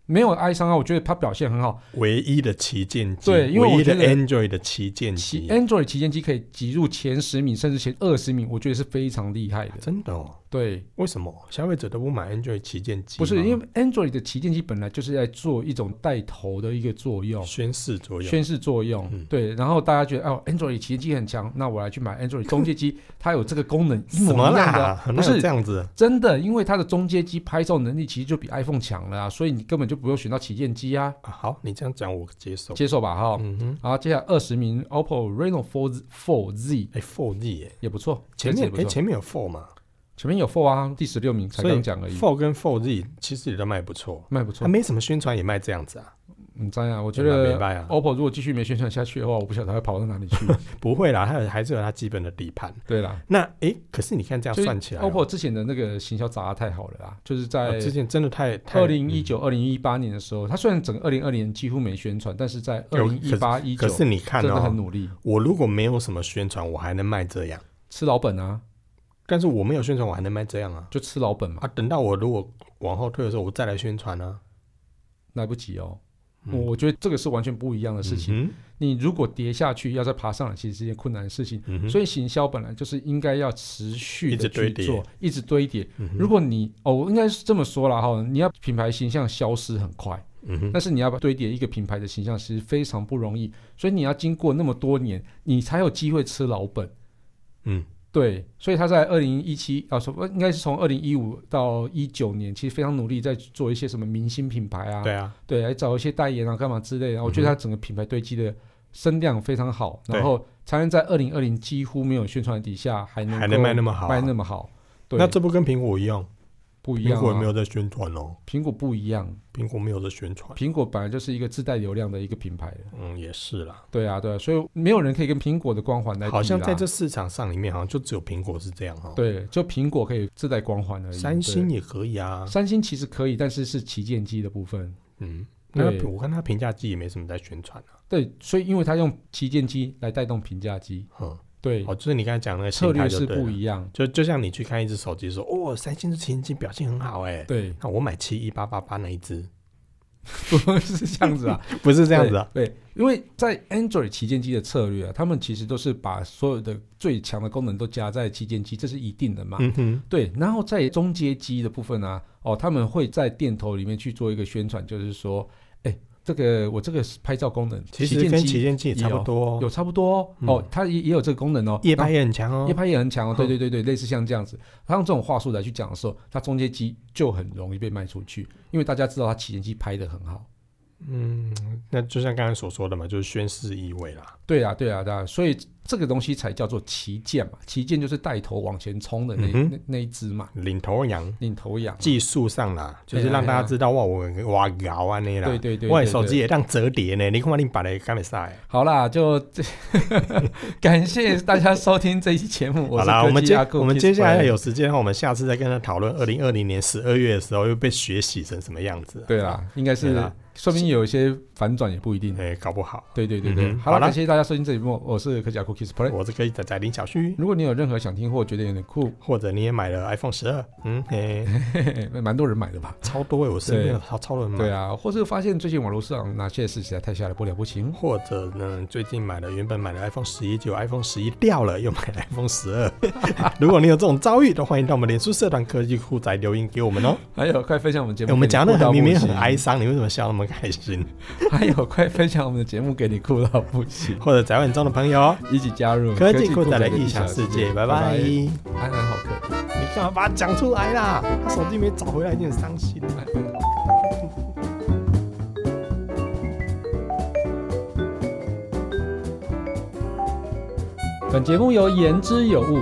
Speaker 2: 没有哀伤啊，我觉得它表现很好。
Speaker 1: 唯一的旗舰机，
Speaker 2: 对因为我
Speaker 1: 唯一的
Speaker 2: 觉得
Speaker 1: Android 的旗舰
Speaker 2: 旗哎
Speaker 1: 机，
Speaker 2: Android 旗舰机可以挤入前十名甚至前二十名，我觉得是非常厉害的。
Speaker 1: 真的哦，
Speaker 2: 对，
Speaker 1: 为什么消费者都不买 Android 旗舰机吗？
Speaker 2: 不是因为 Android 的旗舰机本来就是在做一种带头的一个作用。
Speaker 1: 宣示作用，
Speaker 2: 宣示作用，
Speaker 1: 嗯
Speaker 2: 对，然后大家觉得哦，Android 旗舰机很强，那我来去买 Android 中阶机，它有这个功能一
Speaker 1: 什么
Speaker 2: 模一样的，啊
Speaker 1: 啦？
Speaker 2: 不
Speaker 1: 哪有
Speaker 2: 是
Speaker 1: 这样子？
Speaker 2: 真的，因为它的中阶机拍照能力其实就比 iPhone 强了啊，所以你根本就不用选到旗舰机啊，
Speaker 1: 啊好，你这样讲我接受。
Speaker 2: 接受吧哈。
Speaker 1: 嗯哼，
Speaker 2: 然后接下来二十名 OPPO Reno 4 4 Z
Speaker 1: 哎，Four D 耶，
Speaker 2: 也不错，
Speaker 1: 前
Speaker 2: 也
Speaker 1: 面
Speaker 2: 不
Speaker 1: 哎
Speaker 2: 错，
Speaker 1: 前面有 Four 嘛
Speaker 2: 前面有 Four 啊，第十六名才
Speaker 1: 所以
Speaker 2: 刚讲而已，
Speaker 1: ，Four 跟 Four D 其实也都卖不错，
Speaker 2: 卖不
Speaker 1: 它
Speaker 2: 错。
Speaker 1: 没什么宣传也卖这样子啊。
Speaker 2: 嗯，张呀，我
Speaker 1: 我
Speaker 2: 觉得哦
Speaker 1: 没卖啊，
Speaker 2: OPPO 如果继续没宣传下去的话，我不晓得它会跑到哪 里去。
Speaker 1: 不会啦，它有还是有它基本的底盘。
Speaker 2: 对啦，
Speaker 1: 那哎，可是你看这样
Speaker 2: 就是
Speaker 1: 算起来哦，
Speaker 2: OPPO 之前的那个行销砸得太好了啦，就是
Speaker 1: 我
Speaker 2: 在
Speaker 1: 啊之前真的太太嗯
Speaker 2: 二零一九、二零一八年的时候，它虽然整个二零二零几乎没宣传，但是在二
Speaker 1: 有
Speaker 2: 零一八、一
Speaker 1: 哎嗯可
Speaker 2: 九
Speaker 1: 是
Speaker 2: 真
Speaker 1: 你看
Speaker 2: 的很
Speaker 1: 哦，
Speaker 2: 努力，
Speaker 1: 我如果没有什么宣传，我还能卖这样；
Speaker 2: 吃老本啊，
Speaker 1: 但是我没有宣传，我还能卖这样啊。
Speaker 2: 就吃老本嘛，
Speaker 1: 啊，等到我如果往后退的时候，我再来宣传啊。
Speaker 2: 来不及哦。
Speaker 1: 嗯
Speaker 2: 我觉得这个是完全不一样的事情。
Speaker 1: 嗯
Speaker 2: 你如果跌下去，要再爬上来，其实是一件困难的事情。
Speaker 1: 哼，嗯哼
Speaker 2: 所以行销本来就是应该要持续的
Speaker 1: 一直堆
Speaker 2: 去
Speaker 1: 叠
Speaker 2: 做，一直堆叠。
Speaker 1: 嗯哼
Speaker 2: 如果你哦，我应该是这么说啦哈，你要品牌形象消失很快，
Speaker 1: 嗯哼
Speaker 2: 但是你要堆叠一个品牌的形象其实非常不容易，所以你要经过那么多年，你才有机会吃老本。
Speaker 1: 嗯，
Speaker 2: 对，所以他在二零一七啊，说应该是从二零一五到一九年，其实非常努力在做一些什么明星品牌啊，
Speaker 1: 对啊，
Speaker 2: 对，来找一些代言啊，干嘛之类的。我觉
Speaker 1: 嗯
Speaker 2: 得它
Speaker 1: 哼
Speaker 2: 整个品牌堆积的声量非常好，
Speaker 1: 对
Speaker 2: 然后才能在二零二零几乎没有宣传底下还能
Speaker 1: 还能卖那
Speaker 2: 么
Speaker 1: 么好啊、
Speaker 2: 卖那么好。对，
Speaker 1: 那这不跟苹果一样？
Speaker 2: 不一
Speaker 1: 苹
Speaker 2: 样、
Speaker 1: 果也
Speaker 2: 啊，
Speaker 1: 没有在宣传哦，
Speaker 2: 苹果不一样，
Speaker 1: 苹果没有在宣传。
Speaker 2: 苹果本来就是一个自带流量的一个品牌了。
Speaker 1: 嗯，也是啦，
Speaker 2: 对啊，对啊，所以没有人可以跟苹果的光环来比啦
Speaker 1: 好像在这市场上里面，好像就只有苹果是这样哦。，
Speaker 2: 对，就苹果可以自带光环而已。
Speaker 1: 三星
Speaker 2: 对，
Speaker 1: 也可以啊。
Speaker 2: 三星其实可以，但是是旗舰机的部分。
Speaker 1: 嗯，那
Speaker 2: 对
Speaker 1: 我看它评价机也没什么在宣传啊。
Speaker 2: 对，所以因为它用旗舰机来带动平价机，
Speaker 1: 嗯，
Speaker 2: 对，
Speaker 1: 哦，就是你刚才讲那个
Speaker 2: 策
Speaker 1: 心态
Speaker 2: 略
Speaker 1: 就是对
Speaker 2: 不
Speaker 1: 了
Speaker 2: 一样。
Speaker 1: 就就像你去看一只手机说，哦，三星的旗舰机表现很好哎，
Speaker 2: 对，
Speaker 1: 那我买七一八八八那一只，
Speaker 2: 不是这样子 啊，
Speaker 1: 不是这样子啊？
Speaker 2: 对。对，因为在 Android 旗舰机的策略啊，他们其实都是把所有的最强的功能都加在旗舰机，这是一定的嘛。
Speaker 1: 嗯哼，
Speaker 2: 对，然后在中阶机的部分啊，哦，他们会在店头里面去做一个宣传，就是说，哎，这个我这个拍照功能，
Speaker 1: 其
Speaker 2: 旗
Speaker 1: 实
Speaker 2: 舰
Speaker 1: 跟
Speaker 2: 机
Speaker 1: 旗舰机也差不多哦，
Speaker 2: 有差不多哦，
Speaker 1: 嗯
Speaker 2: 哦它也也有这个功能哦，
Speaker 1: 夜
Speaker 2: 然
Speaker 1: 拍
Speaker 2: 后
Speaker 1: 也很强哦
Speaker 2: 夜。拍也很强哦，对
Speaker 1: 嗯
Speaker 2: 对对对，类似像这样子，他用这种话术来去讲的时候，它中阶机就很容易被卖出去，因为大家知道它旗舰机拍的很好。
Speaker 1: 嗯，那就像刚才所说的嘛，就是宣示意味啦。
Speaker 2: 对啊，对啊，对啊，所以这个东西才叫做旗舰嘛，旗舰就是带头往前冲的那、
Speaker 1: 嗯哼
Speaker 2: 那那一只嘛，
Speaker 1: 领头羊，
Speaker 2: 领头羊。
Speaker 1: 技术上啦，就
Speaker 2: 对啊
Speaker 1: 是让大家知道哇，我哇搞啊那啦，
Speaker 2: 对对对对
Speaker 1: 我的
Speaker 2: 对
Speaker 1: 手机也当折叠呢，你看你把那干没晒。
Speaker 2: 好啦，就这 感谢大家收听这一期 节目。
Speaker 1: 好
Speaker 2: 是
Speaker 1: 啦，我
Speaker 2: 科
Speaker 1: 们
Speaker 2: 技
Speaker 1: 接
Speaker 2: 阿酷
Speaker 1: 我们接下
Speaker 2: Kiss
Speaker 1: 来
Speaker 2: Play
Speaker 1: 有时间的话，我们下次再跟他讨论二零二零年十二月的时候又被血洗成什么样子。啊
Speaker 2: 对啊啦，应该
Speaker 1: 对
Speaker 2: 是
Speaker 1: 啦，
Speaker 2: 说不定有一些反转也不一定。
Speaker 1: 哎，搞不好。
Speaker 2: 对对对对，
Speaker 1: 嗯哼
Speaker 2: 好了，
Speaker 1: 好啦
Speaker 2: 感谢大家收听这一幕，我是科技阿酷 Kiss Play。
Speaker 1: 我是可以仔仔林小旭，
Speaker 2: 如果你有任何想听或觉得有点酷，
Speaker 1: 或者你也买了 iPhone 十二，嗯，嘿，
Speaker 2: 嘿嘿，蛮多人买的吧？
Speaker 1: 超多哎，我身边有超超多人买。
Speaker 2: 对啊，或是发现最近网络上哪些事实在太下来不了不行，
Speaker 1: 或者呢，最近买了原本买了 iPhone 十一，结果 iPhone 十一掉了，又买 了 iPhone 十二。如果你有这种遭遇，都欢迎到我们脸书社团科技酷宅留言给我们哦。
Speaker 2: 还有快分享我们节
Speaker 1: 欸
Speaker 2: 目给
Speaker 1: 我
Speaker 2: 你
Speaker 1: 们讲
Speaker 2: 酷到不
Speaker 1: 的
Speaker 2: 行，
Speaker 1: 很明明哎很哀伤，你为什么笑那么开心？
Speaker 2: 还有快分享我们的节目给你酷到不行，
Speaker 1: 或者宅晚中的朋友，
Speaker 2: 一起加 入
Speaker 1: 科技酷宅的异
Speaker 2: 异
Speaker 1: 想
Speaker 2: 想
Speaker 1: 世界，拜拜。你
Speaker 2: 安安好客。
Speaker 1: 干嘛把它讲出来啦？他手机没找回来，你很伤心。
Speaker 2: 本节目由言之有物、